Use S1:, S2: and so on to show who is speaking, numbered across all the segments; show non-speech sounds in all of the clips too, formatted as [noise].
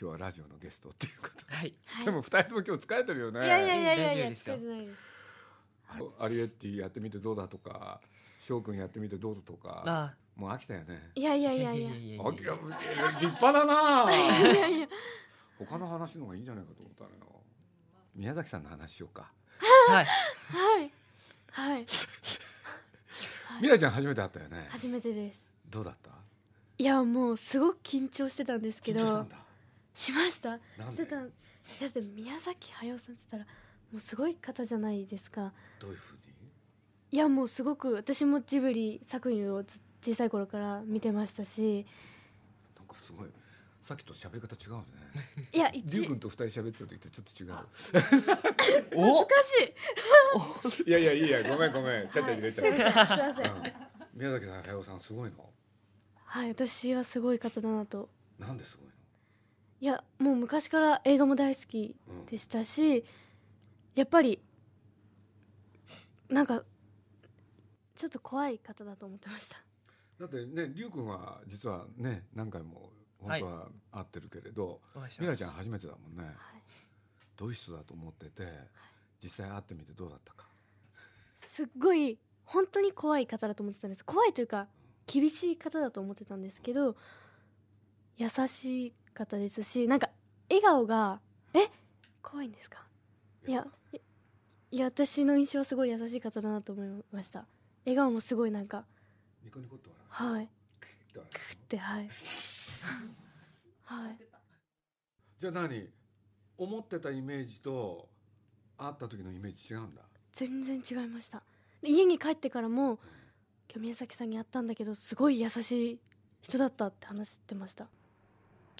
S1: 今日はラジオのゲストっていうことで
S2: はい。
S3: はい
S1: でも二人とも今日疲れてるよね
S3: いやいやいやいやい
S2: 大丈
S3: や
S2: 夫です
S3: 疲
S2: よ
S3: れてないです
S1: あのアリエッティやってみてどうだとか翔くんやってみてどうだとか
S2: あ
S1: もう飽きたよね
S3: いやい
S2: い
S3: やいやいや
S2: い
S1: 飽きた立派だなあ
S3: いやいや
S1: 他の話の方がいいんじゃないかと思ったのよ宮崎さんの話しようか
S2: はい。
S3: はいはい
S1: ミラちゃん初めて会ったよね
S3: 初めてです
S1: どうだった
S3: いやもうすごく緊張してたんですけ
S1: 緊張した
S3: ど
S1: んだ
S3: しました
S1: なん
S3: し
S1: で
S3: てただって宮崎駿さんって言ったらもうすごい方じゃないですか
S1: どういうふうに
S3: いやもうすごく私もジブリ作品をず小さい頃から見てましたし
S1: なんかすごいさっきと喋り方違うね
S3: いや
S1: ジュウ
S3: 一
S1: 君
S3: 難
S1: と二人喋ってた時とちょっと違う
S2: お、
S3: しい
S1: いやいやいいやごめんごめんちゃちゃ入れちゃう、
S3: はいすいませんすいません
S1: うん宮崎さん駿さんすごいの
S3: はい私はすごい方だなと
S1: なんですごい
S3: いやもう昔から映画も大好き
S1: の、うん
S3: でしたしやっぱりなんかちょっと怖い方だと思ってました
S1: だってね龍君は実はね何回も本当は会ってるけれど、
S2: お会いし
S1: ミ
S2: ま
S1: ラ
S2: す
S1: ちゃん初めてだもんね
S3: はい
S1: どういう人だと思ってて実際会ってみてどうだったか
S3: すっごい本当に怖い方だと思ってたんです怖いというか厳しい方だと思ってたんですけど優しい方ですしなんか笑顔がえ怖いんですかいやいいや私の印象はすごい優しい方だなと思いました笑顔もすごいなんか
S1: ニコニコって笑う
S3: はい
S1: クッて笑う
S3: で [laughs] はいはい
S1: じゃあ何思ってたイメージと会った時のイメージ違うんだ
S3: 全然違いましたで家に帰ってからも今日宮崎さんに会ったんだけどすごい優しい人だったって話してました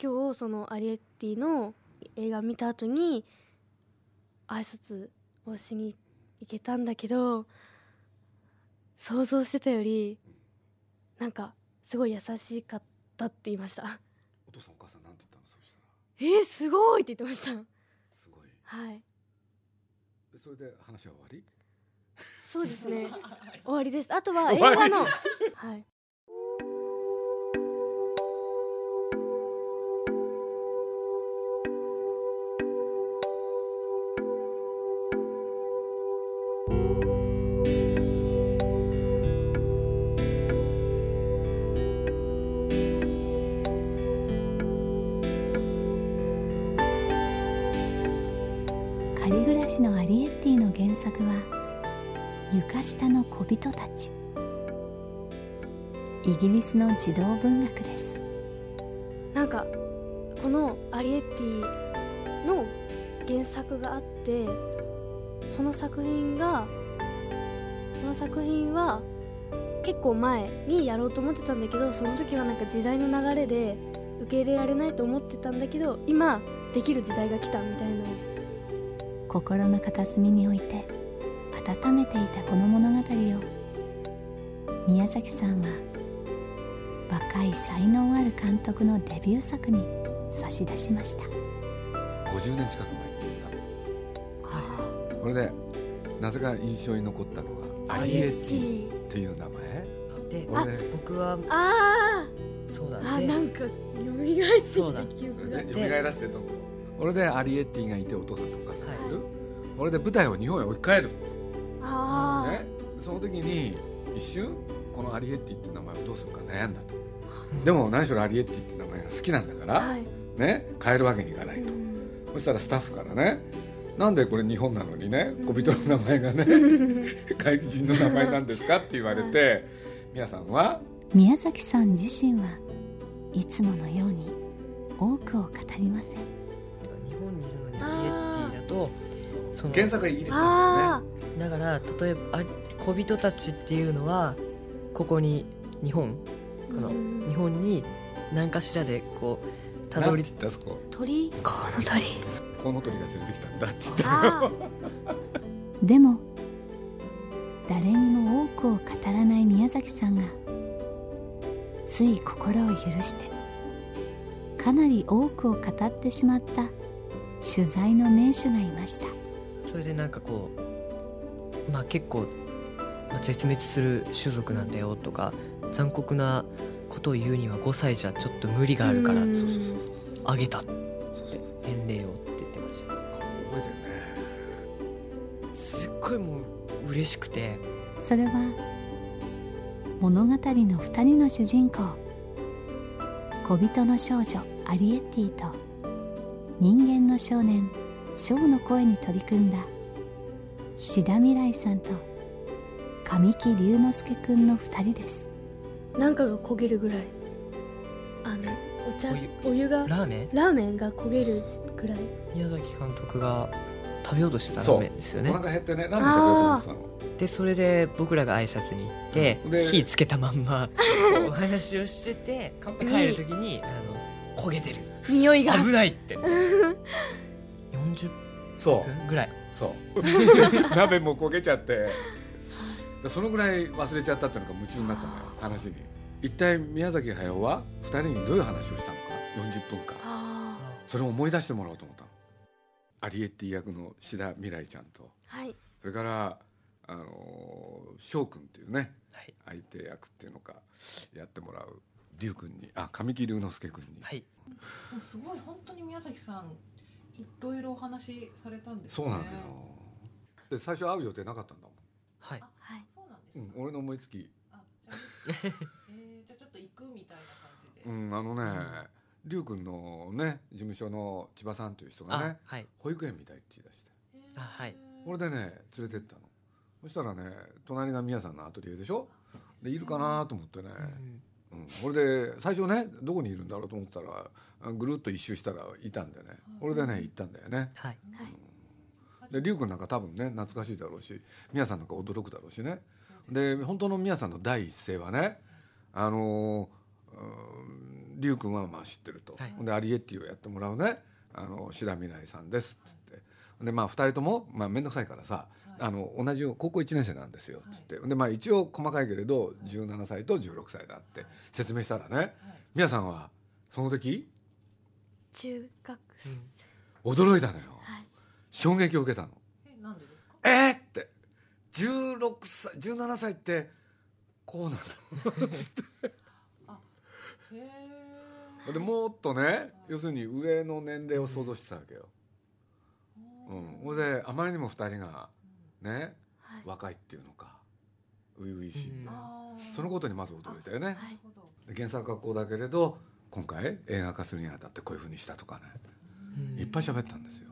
S3: 今日そのアリエッティの映画見た後に挨拶をしに行けたんだけど想像してたよりなんかすごい優しかったって言いました [laughs]
S1: お父さんお母さんなんて言ったのそうしたら
S3: えー、すごいって言ってました
S1: すごい
S3: はい
S1: それで話は終わり
S3: そうですね。終わりです。あとは映
S1: 終わり
S3: 画の。はい。
S4: 仮暮らしのアリエッティの原作は床下の小人たちイギリスの児童文学です
S3: なんかこのアリエッティの原作があって、その作品がその作品は結構前にやろうと思ってたんだけど、その時はなんか時代の流れで受け入れられないと思ってたんだけど、今できる時代が来たみたいな。
S4: 心の片隅において温めていたこの物語を宮崎さんは若い才能ある監督のデビュー作に差し出しました
S1: 50年近く前に言ったこれでなぜか印象に残ったのがアリエッティっていう名前
S2: で、
S1: 俺ね
S2: 僕は
S3: あ
S2: そう
S3: あ、
S2: だ
S3: あ
S2: ね。
S3: なんか蘇ってき
S2: そうだ
S3: た記
S1: そ
S3: 憶が
S1: れ。で蘇らせてどんどん俺でアリエッティがいてお父さんとお母さんがいる、俺で舞台を日本へ追い返る、ね、
S3: ああ。
S1: その時に一瞬このアリエッティって名前をどうするか悩んだとでも何しろアリエッティって名前が好きなんだから、
S3: はい。
S1: ね変えるわけにいか [laughs] ないと、
S3: うん
S1: そしたらスタッフからねなんでこれ日本なのにね小人の名前がね
S3: [laughs]
S1: 外国人の名前なんですかって言われて皆さんは
S4: 宮崎さん自身はいつものように多くを語りません
S2: 日本にいるのにアリエッティだと、その
S1: 原作がイギリスなん
S3: あ
S2: だから例えばあ小人たちっていうのはここに日本
S3: あ、
S2: この
S3: うん
S2: 日本に何かしらでこう
S1: だ
S2: た
S1: よねな
S2: ど
S1: ん
S2: り
S1: つったそこ
S3: 鳥コウノトリ。
S1: コウノトリが連れてきたんだっつって
S3: ああ、
S4: でも誰にも多くを語らない宮崎さんがつい心を許してかなり多くを語ってしまった取材の名手がいました
S2: それでなんかこうまあ結構、まあ、絶滅する種族なんだよとか残酷なことを言うには5歳じゃちょっと無理があるから
S3: うん
S1: そうそうそうそう
S2: あげたっ
S1: そう
S2: 年齢をって言ってました
S1: 覚えてるね
S2: すっごいもう嬉しくて
S4: それは物語の二人の主人公小人の少女アリエッティと人間の少年ショーの声に取り組んだ志田未来さんと神木隆之介くんの二人です
S3: なんかが焦げるぐらいあのお茶お湯が
S2: ラーメン
S3: ラーメンが焦げるぐらい
S2: 宮崎監督が食べようとしてたラーメンですよ
S1: お
S2: ね
S1: 腹減ってねラーメン食べようと思って
S2: でそれで僕らが挨拶に行って
S1: で
S2: 火つけたまんまお話をしてて
S3: 杯
S2: 帰る時にあの焦げてる
S3: 匂いが
S2: 危ないって
S3: [laughs]
S1: た
S2: 40
S1: のそう
S2: 分ぐらい
S1: そう [laughs] 鍋も焦げちゃってでそのぐらい忘れちゃったっていうのが夢中になったのよ話に一体宮崎駿は2人にどういう話をしたのか40分間
S3: あ
S1: それを思い出してもらおうと思ったのアリエッティ役の志田未来ちゃんと
S3: ーはい
S1: それからあのー翔くんっていうね
S2: はい
S1: 相手役っていうのかやってもらう龍くんにあ神木隆之介くんに、
S2: はい
S5: すごい本当に宮崎さんいろいろお話しされたんです
S1: そうなのよで最初会う予定なかったんだもん
S2: はい
S3: はい
S5: そうなんです
S1: う
S5: か
S1: ん、俺の思いつき
S5: あじゃあえーじゃあちょっと行くみたいな感じで、
S1: うん、あのね、龍くんのね、事務所の千葉さんという人が
S2: あ
S1: ね、
S2: はい
S1: 保育園みたいって言い出して。
S5: え
S2: あはい
S1: これでね、連れてったの。そしたらね、隣が宮さんのアトリエでしょで、いるかなと思ってね。
S2: うん
S1: うん、これで、最初ね、どこにいるんだろうと思ってたら、あぐるっと一周したらいたんでね。これでね、行ったんだよね。
S2: はい
S3: はい
S1: で、龍くんなんか多分ね、懐かしいだろうし、宮さんなんか驚くだろうしね。
S5: そう
S1: で本当の宮さんの第一声はねあのーうーん龍君はまあ知ってると、
S2: はい
S1: でアリエッティをやってもらうねあの白未来さんですっつってでまあ2人ともまあ、面倒くさいからさ、
S5: はい
S1: あの同じ高校1年生なんですよっつって、でまあ一応細かいけれど17歳と16歳だって説明したらね宮さんはその時
S3: 中学生、
S2: うん
S1: 驚いたのよ
S3: はい
S1: 衝撃を受けたの。
S5: えなんでですか
S1: えー、って16歳17歳ってこうなんだ
S5: へえ
S1: でもっとね要するに上の年齢を想像してたわけよ、うん、ほいであまりにも二人がね
S3: はい
S1: 若いっていうのか初々しい、
S2: うん
S1: そのことにまず驚いたよね、
S3: はい
S1: で原作はこうだけれど今回映画化するにあたってこういうふうにしたとかね
S2: うん
S1: いっぱい喋ったんですよ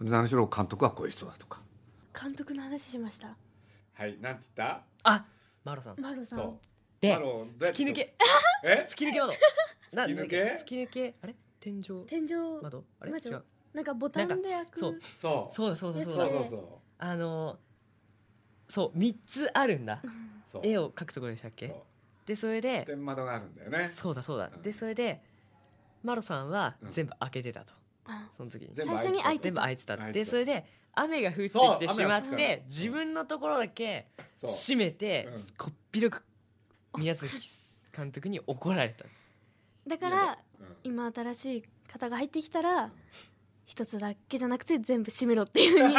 S1: で何しろ監督はこういう人だとか
S3: 監督の話しました
S1: はいなんて言った
S2: あマロさん
S3: マロさん
S2: で
S1: ロ
S2: 吹き抜け
S1: え
S2: 吹き抜け窓な
S1: 吹き抜け
S2: なんだっ吹き抜けあれ天井
S3: 天井
S2: 窓あれ違
S3: 窓
S2: う
S3: なんかボタンで開く
S2: そう
S1: そ
S2: そうだそうだそうだ
S3: そうそう
S1: そ
S2: あのそう3つあるんだ
S3: うん
S1: うそ
S2: 絵を描くところでしたっけでそれで
S1: 天窓があるんだよね
S2: そうだそうだ
S1: うん
S2: でそれでマロさんは
S1: うん
S2: 全部開けてたと
S3: あ
S2: その時に
S1: 全
S3: 最
S1: 部
S3: 初に開いて
S2: 全部
S3: た
S2: 開いてた
S1: 開いて
S2: で
S1: た
S2: それで雨が降って
S1: そう
S2: きてし
S1: 雨が降
S2: まっ
S1: っててきた
S2: 自分のところだけ
S1: そう
S2: 閉めて
S1: うん
S2: こっぴどく宮崎監督に怒られた
S3: だから
S1: うん
S3: 今新しい方が入ってきたら一つだけじゃなくて全部閉めろっていう
S2: [laughs]
S3: ふうに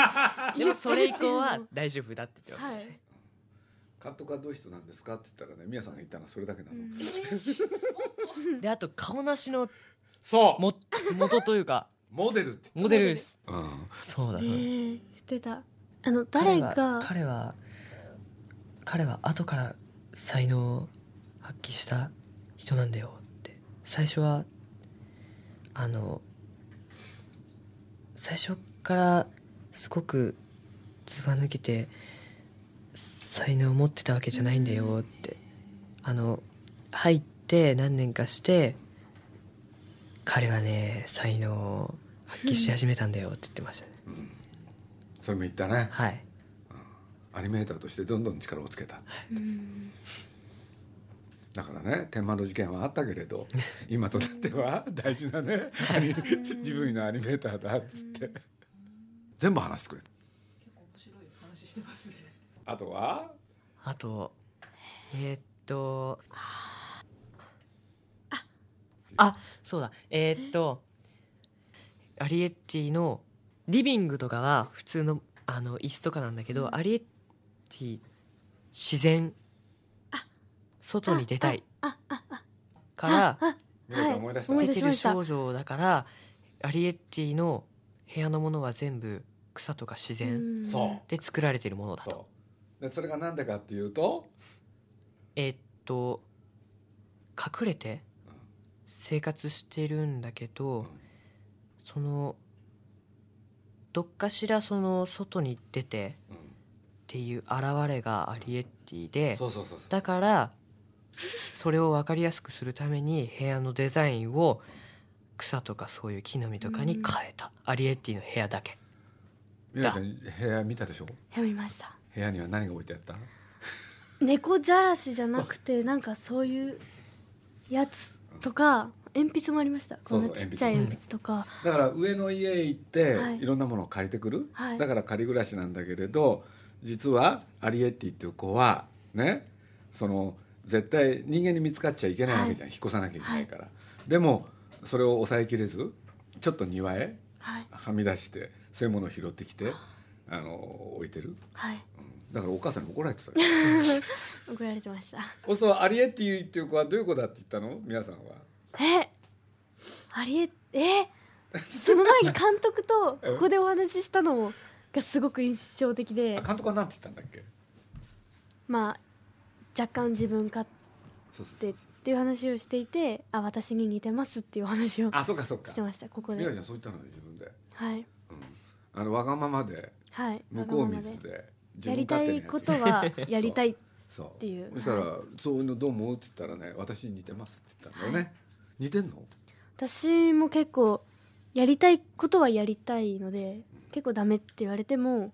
S2: でもそれ以降は
S3: 言って
S2: 大丈夫だって言ってま
S3: は
S2: す
S3: い、
S1: 監督はどういう人なんですかって言ったらね宮さんが言ったのはそれだけな
S3: う
S1: の、
S3: ん
S2: であと顔なしの
S1: そう
S2: も元とい
S1: [laughs]
S2: うか
S1: モデルって
S2: モデルです
S1: 言って、
S2: そうだ
S3: ねえ
S2: な
S3: 言ってたあの誰が
S2: 彼は彼は彼は後から才能を発揮した人なんだよって最初はあの最初からすごくずば抜けて才能を持ってたわけじゃないんだよってあの入って何年かして彼はね才能を発揮し始めたんだよって言ってましたね
S1: うんそれも言ったね
S2: はい
S1: アニメーターとしてどんどん力をつけた
S3: うん
S1: だからね天満の事件はあったけれ
S3: [laughs]
S1: ど今となっては大事なねアニ自分のアニメーターだっつって全部話してくれ
S5: 結構面白い話してますね
S1: あとは
S2: あとえーっとあそうだえーっとアリエッティのリビングとかは普通のあの椅子とかなんだけど、アリエッティ自然外に出たいから
S1: 宮さん思い出した
S3: 思い
S2: 出
S3: 出
S2: て
S3: し
S2: る
S3: ました
S2: 少女だからアリエッティの部屋のものは全部草とか自然
S3: ん
S1: そ
S2: で作られているものだと。
S1: そうでそれが何でかっていうと
S2: えーっと隠れて
S1: うん
S2: 生活してるんだけど、
S1: うん
S2: そのどっかしらその外に出て
S1: うん
S2: っていう現れがアリエッティで
S1: そうそうそうそう
S2: だからそれを分かりやすくするために部屋のデザインを草とかそういう木の実とかに変えた、アリエッティの部屋だけ
S1: 皆さん部屋見たでしょ
S3: 読みました
S1: 部屋には何が置いてあった
S3: 猫じゃらしじゃなくてなんかそういうやつとか鉛筆もありましたこんな
S1: そうそう
S3: ちっちゃい
S2: 鉛筆
S3: 鉛筆とか
S1: だから上の家行って
S3: はい
S1: いろんなものを借りてくる、
S3: はい
S1: だから借り暮らしなんだけれど実はアリエッティっていう子はねその絶対人間に見つかっちゃいけないわけじゃん、引っ越さなきゃいけないから、でもそれを抑えきれずちょっと庭へ
S3: はい
S1: はみ出してそういうものを拾ってきてあの置いてる
S3: はい
S1: だからお母さんに怒られてたよ [laughs]
S3: 怒られてました
S1: そうするとアリエッティっていう子はどういう子だって言ったの皆さんは
S3: えありええ [laughs] その前に監督とここでお話ししたのもがすごく印象的
S1: あ
S3: で
S1: 監督は何て言ったんだっけ
S3: まあ若干自分勝
S1: そうそう
S3: 手
S1: そう
S3: っ
S1: そう
S3: ていう話をしていてあ私に似てますっていう話を
S1: あそうかそうか
S3: してましたここ
S1: ミラ
S3: で
S1: ちゃんそう言ったのね自分で。
S3: はい
S1: あのわがままで
S3: はい
S1: 向こう
S3: わがまま
S1: 水で
S3: やりたいこと
S1: は
S3: はやりたい
S1: [laughs] そうって
S3: いう
S1: そしたら「そういうのどう思う?」って言ったらね「私に似てます」って言ったんだよね、似てんの
S3: 私も結構やりたいことはやりたいので結構ダメって言われても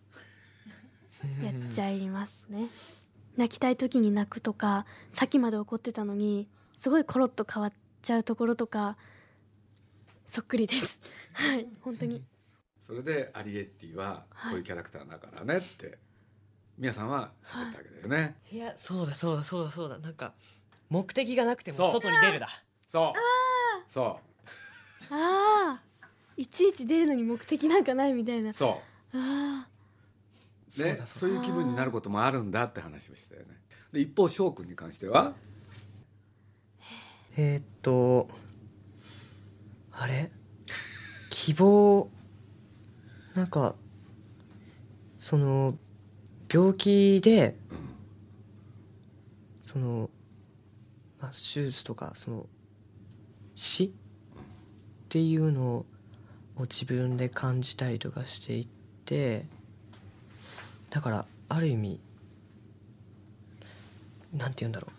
S3: やっちゃいますね泣きたい時に泣くとかさっきまで怒ってたのにすごいコロッと変わっちゃうところとかそっくりです
S1: [laughs]
S3: はい本当に
S1: それでアリエッティは
S3: はい
S1: こういうキャラクターだからねって皆さんは喋ったわけだよね、
S2: いやそうだそうだそうだそうだなんか目的がなくても
S1: そう
S2: 外に出るだ
S1: そうそ
S3: ああいちいち出るのに目的なんかないみたいな
S1: うそ
S3: あ
S1: う
S2: そう
S1: ね
S2: だそ
S1: そう
S2: うだ
S1: いう気分になることもあるんだって話をしたよねで一方翔くんに関しては
S2: えーっとあれ希望なんかその病気で、その、まあ、手術とかその死っていうのを自分で感じたりとかしていってだからある意味なんて言うんだろう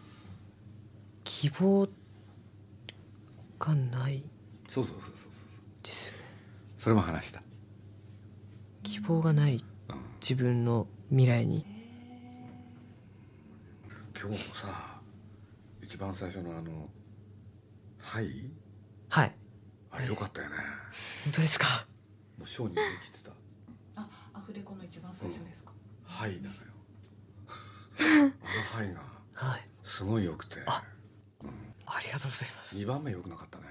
S2: 希望がない
S1: そうそうそうそうそう
S2: ですよね
S1: それも話した、
S2: 希望がない
S1: うん、
S2: 自分の未来に
S1: 今日もさ一番最初のあの「はい」
S2: はい
S1: あれよかったよね
S2: 本当ですか
S1: もうショーに言い切ってた
S5: あ、アフレコの一番最初ですか。
S1: 「はい」なのよあの「はい」が
S2: はい
S1: すごい良くて
S2: あありがとうござい
S1: [laughs]
S2: ます
S1: 2番目良くなかったね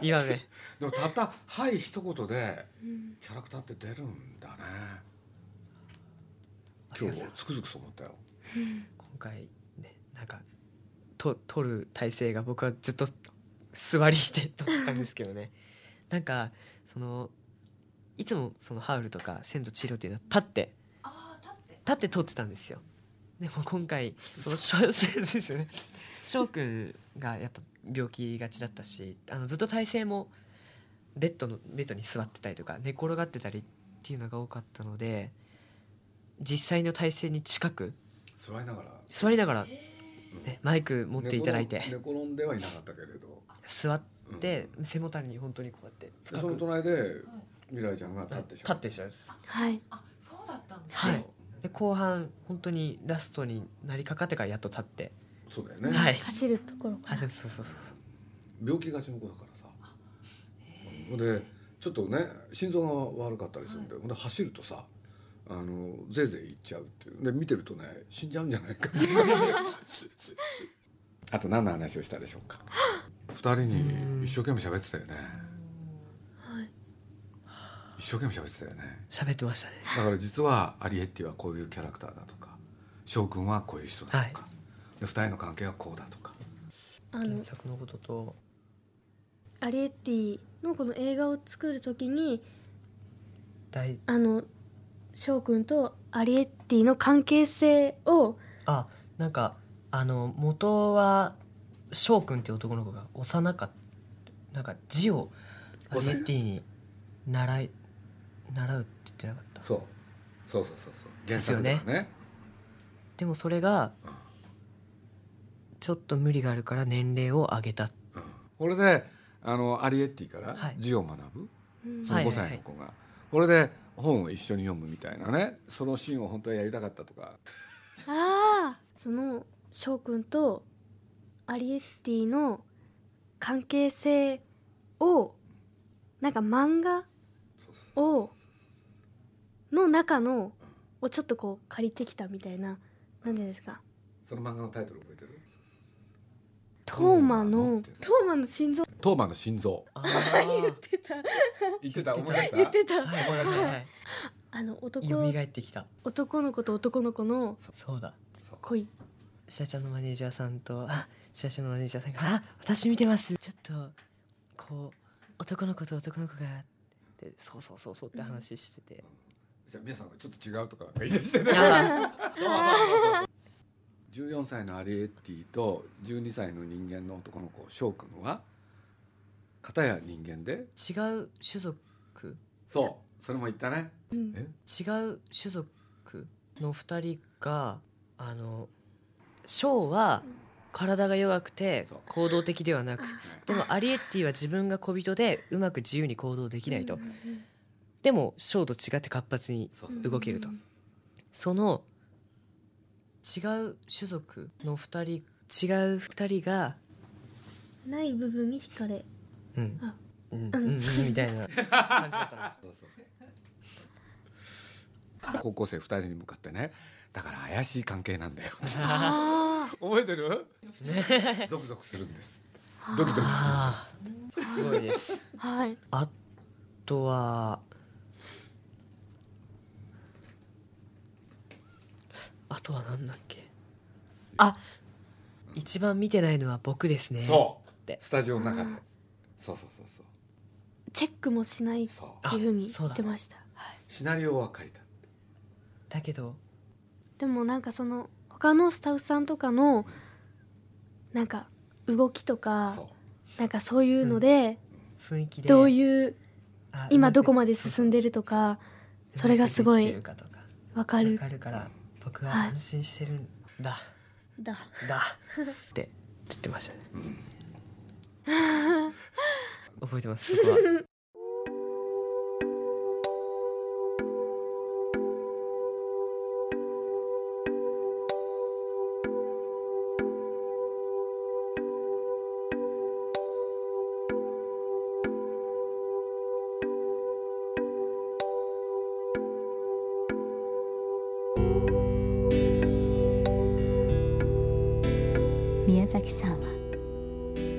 S2: 2番目
S1: でもたった「はい」一言で
S3: あ、うん、
S1: キャラクターって出るんだね
S2: あり
S1: 今日
S2: がとうございます
S1: つくづくそう思ったよ
S2: 今回ねなんかと取る体勢が僕はずっと座
S1: [laughs]
S2: りして取ってたんですけどねなんかそのいつもそのハウルとか「千と千尋」っていうのは立って
S5: ああ、立って。
S2: 立って撮ってたんですよでも今回その小 [laughs] 説ですよね翔くんがやっぱ病気がちだったしあのずっと体勢もベッドのベッドに座ってたりとか寝転がってたりっていうのが多かったので実際の体勢に近く
S1: 座りながら
S2: 座りながら、
S1: うん
S2: ね、マイク持っていただいて
S1: 寝転ん寝転んではいなかったけれど
S2: 座っ
S1: うん
S2: て背もたれに本当にこうやって
S1: で
S2: 深
S1: その
S2: く
S1: 隣で
S5: はい
S1: 未来ちゃんが立ってしま
S2: 立ってしまう
S3: はい
S5: あ、そうだったんだ。
S2: はいで後半本当にラストになりかかってからやっと立って
S1: そうだよね、
S2: はい
S3: 走るところ
S2: あそうそうそうそう
S1: 病気がちの子だからさほんでちょっとね心臓が悪かったりするんで、ほんで走るとさあのぜいぜい行っちゃうっていうで見てるとね死んじゃうんじゃない [laughs] かあと何の話をしたでしょうか二人に一生懸命喋ってたよね
S3: はい
S1: 一生懸命喋ってたよね
S2: 喋ってましたね
S1: だから実はアリエッティはこういうキャラクターだとか翔くんはこういう人だとか、で二人の関係はこうだとか
S3: あの
S2: 原作のことと
S3: アリエッティのこの映画を作る時に
S2: 大
S3: あの翔くんとアリエッティの関係性を
S2: あなんかあの元は翔くんって男の子が幼かったなんか字をアリエッティに習い習うって言ってなかった
S1: そうそうそうそうそう原作だよね
S2: でもそれが
S1: うん
S2: ちょっと無理があるから年齢を上げた
S1: うんこれであのアリエッティから
S2: はい
S1: 字を学ぶ、
S3: うん
S1: その
S2: はい
S1: 5歳の子が、これで本を一緒に読むみたいなねそのシーンを本当はやりたかったとか
S3: ああその翔くんとアリエッティの関係性をなんか漫画をの中のをちょっとこう借りてきたみたいな何ていうんですか
S1: その漫画のタイトル覚えてる
S3: トー
S1: トーマ
S3: マ
S1: のっ
S3: の
S1: て
S3: トーマの心臓っ
S1: トーマの心臓
S2: [laughs] ああ言って
S3: た
S1: 言ってた思い出した
S3: 言って
S2: はい
S3: た
S2: はいはいはい
S3: あの
S2: 蘇
S3: 男
S2: ってきた
S3: 男の子と男の子の
S2: そうだ
S1: そう
S3: 恋
S2: 白ちゃんのマネージャーさんとあ白ちゃんのマネージャーさんが「あ私見てます」ちょっとこう男の子と男の子がってそうそうそうそうって話してて、
S1: 皆さんがちょっと違うとかなんか言い出して
S2: [laughs]
S1: ね
S2: いや
S1: そうそうそうそう14歳のアリエッティと12歳の人間の男の子翔くんは片や人間で
S2: 違う種族
S1: そうそれも言ったね
S3: [laughs] うん
S1: え
S2: 違う種族の2人があのショーは
S3: うん
S2: 体が弱くて
S1: そう
S2: 行動的ではなく
S1: あ
S2: でもアリエッティは自分が小人でうまく自由に行動できないと、
S3: うんうんうん
S2: でもショーと違って活発に
S1: そう
S3: うん
S1: そう
S2: 動けるとその違う種族の2人違う2人が
S3: ない部分に惹かれ
S2: うん
S3: あ
S2: うんうんうんみたいな感じだった [laughs] な
S1: そうそうそう高校生2人に向かってねだから怪しい関係なんだよつって
S3: あ
S1: [laughs] 覚えてる
S2: ね
S1: ゾクゾクするんですドキドキする
S2: ああすごいです
S3: あはい
S2: あとはあとはなんだっけあ一番見てないのは僕ですね
S1: そう
S2: で
S1: スタジオの中でそうそうそうそう
S3: チェックもしないって
S1: そう
S2: あ
S3: いうふうに
S2: そう
S3: 言
S2: だ
S3: ってました
S1: シナリオは書いた
S2: だけど
S3: でもなんかその他のスタッフさんとかのなんか動きとか
S1: そう
S3: なんかそういうので
S2: 雰囲気で
S3: どういう
S2: あ
S3: 今どこまで進んでるとか
S2: うまく
S3: それがすご
S2: うまくできて
S3: い
S2: るかとか
S3: わか
S2: わ
S3: る
S2: かるから僕は
S3: はい
S2: 安心してるんだ、
S3: だ
S2: だ
S3: [laughs]
S2: って言ってましたね覚えてます
S3: [laughs]
S2: そこは
S4: 宮崎さんは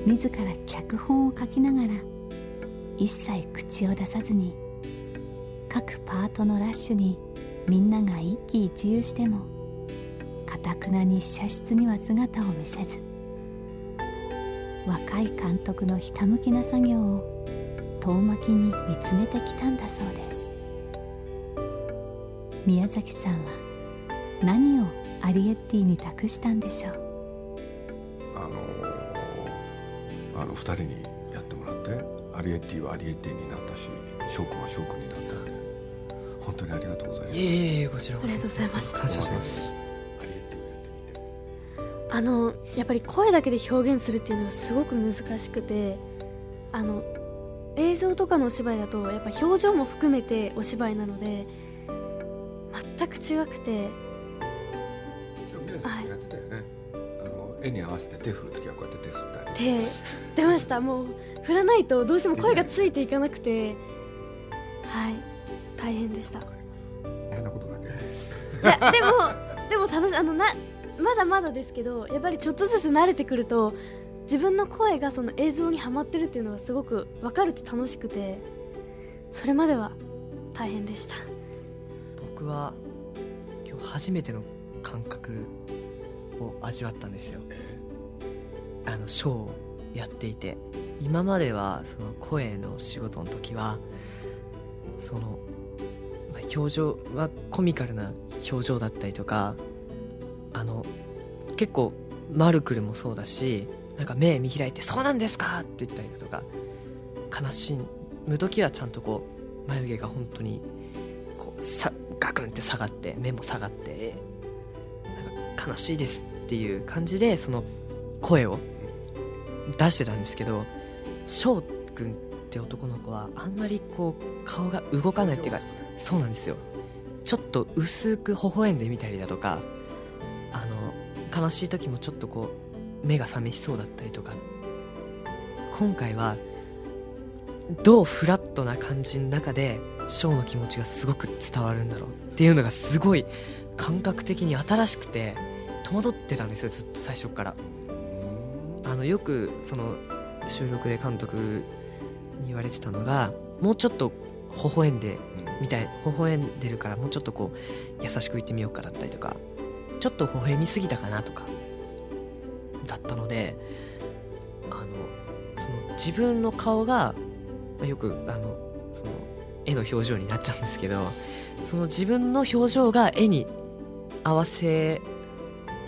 S4: 自ら脚本を書きながら一切口を出さずに各パートのラッシュにみんなが一喜一憂してもかたくなに写室には姿を見せず若い監督のひたむきな作業を遠巻きに見つめてきたんだそうです宮崎さんは何をアリエッティに託したんでしょう
S1: あのーあの2人にやってもらってアリエッティはアリエッティになったし翔くんは翔くんになったんで本当にありがとうございます
S2: いえいえいえこちらこ
S3: ありがとうございまし
S2: そ
S3: た
S2: 感謝します
S1: アリエッティをやってみて
S3: あのやっぱり声だけで表現するっていうのがすごく難しくてあの映像とかのお芝居だとやっぱ表情も含めてお芝居なので全く違くて
S1: 今日皆さんもやってたよね、あの絵に合わせて手振る時はこうやって手振ったり
S3: 手出ましたもう振らないとどうしても声がついていかなくてはい大変でしたい
S1: わかります変なことだけ
S3: やでもでも楽しいあのなまだまだですけどやっぱりちょっとずつ慣れてくると自分の声がその映像にはまってるっていうのがすごく分かると楽しくてそれまでは大変でした
S2: 僕は今日初めての感覚を味わったんですよ
S1: え
S2: あのショーをやっていて今まではその声の仕事の時はその、まあ表情はコミカルな表情だったりとかあの結構マルクルもそうだしなんか目見開いて「そうなんですか!」って言ったりだとか悲しむ時はちゃんとこう眉毛が本当にこうさガクンって下がって目も下がってなんか悲しいですっていう感じでその声を出してたんですけど翔くんって男の子はあんまりこう顔が動かないっていうかそうなんですよちょっと薄く微笑んでみたりだとかあの悲しい時もちょっとこう目が覚めしそうだったりとか今回はどうフラットな感じの中でショーの気持ちがすごく伝わるんだろうっていうのがすごい感覚的に新しくて戸惑ってたんですよずっと最初からあのよくその収録で監督に言われてたのがもうちょっと微笑んでみたい微笑んでるからもうちょっとこう優しく言ってみようかだったりとかちょっと微笑みすぎたかなとかだったのであのその自分の顔がまあよくあのその絵の表情になっちゃうんですけどその自分の表情が絵に合わせ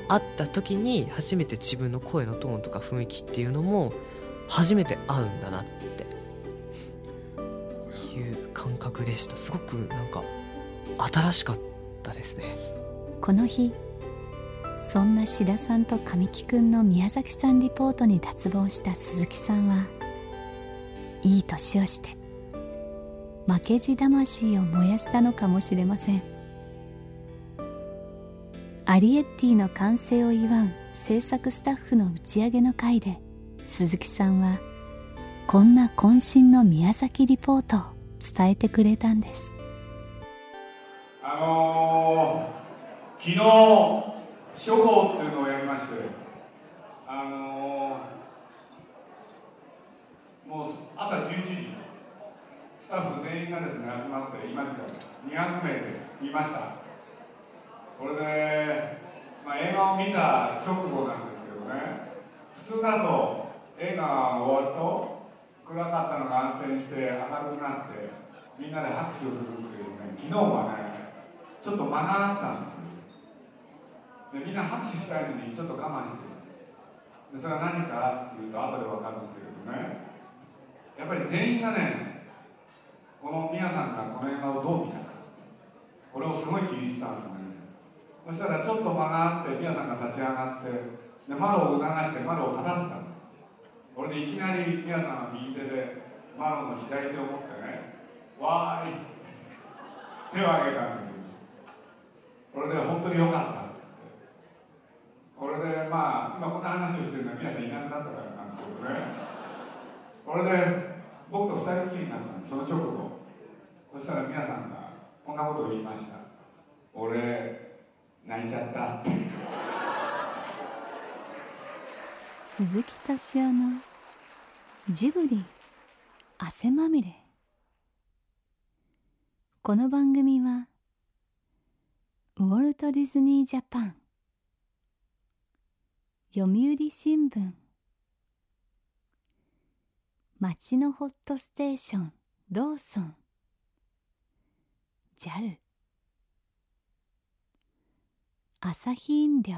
S2: 合った時に初めて自分の声のトーンとか雰囲気っていうのも初めて合うんだなっていう感覚でしたすごくなんか新しかったですね
S4: この日そんな志田さんと神木くんの宮崎さんリポートに脱帽した鈴木さんはいい年をして負けじ魂を燃やしたのかもしれませんアリエッティの完成を祝う制作スタッフの打ち上げの会で鈴木さんはこんな渾身の宮崎リポートを伝えてくれたんです
S6: あのー、昨日書法っていうのをやりましてあのー、もう朝11時スタッフ全員がですね集まって今時間200名で見ましたこれで、まあ、映画を見た直後なんですけどね普通だと映画が終わると暗かったのが暗転して明るくなってみんなで拍手をするんですけどね昨日はねちょっと間があったんですよでみんな拍手したいのにちょっと我慢してるでそれは何かっていうと後で分かるんですけれどねやっぱり全員がねこの皆さんがこの映画をどう見たかこれをすごい気にしてたんですよねそしたらちょっと間があって皆さんが立ち上がってで窓を促して窓を立たせたのこれでいきなり皆さんは右手で窓の左手を持ってねわーいっつって手を挙げたんですよこれで本当に良かったっつってこれでまあ今こんな話をしてるのは皆さんいなくなったからなんですけどねこれで僕と二人きりになったんですその直後そしたら皆さんがこんなことを言いました俺泣いちゃったって
S4: 鈴木敏夫のジブリ汗まみれこの番組はウォルト・ディズニー・ジャパン読売新聞町のホットステーションローソン JAL 朝日飲料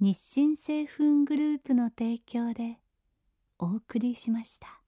S4: 日清製粉グループの提供でお送りしました。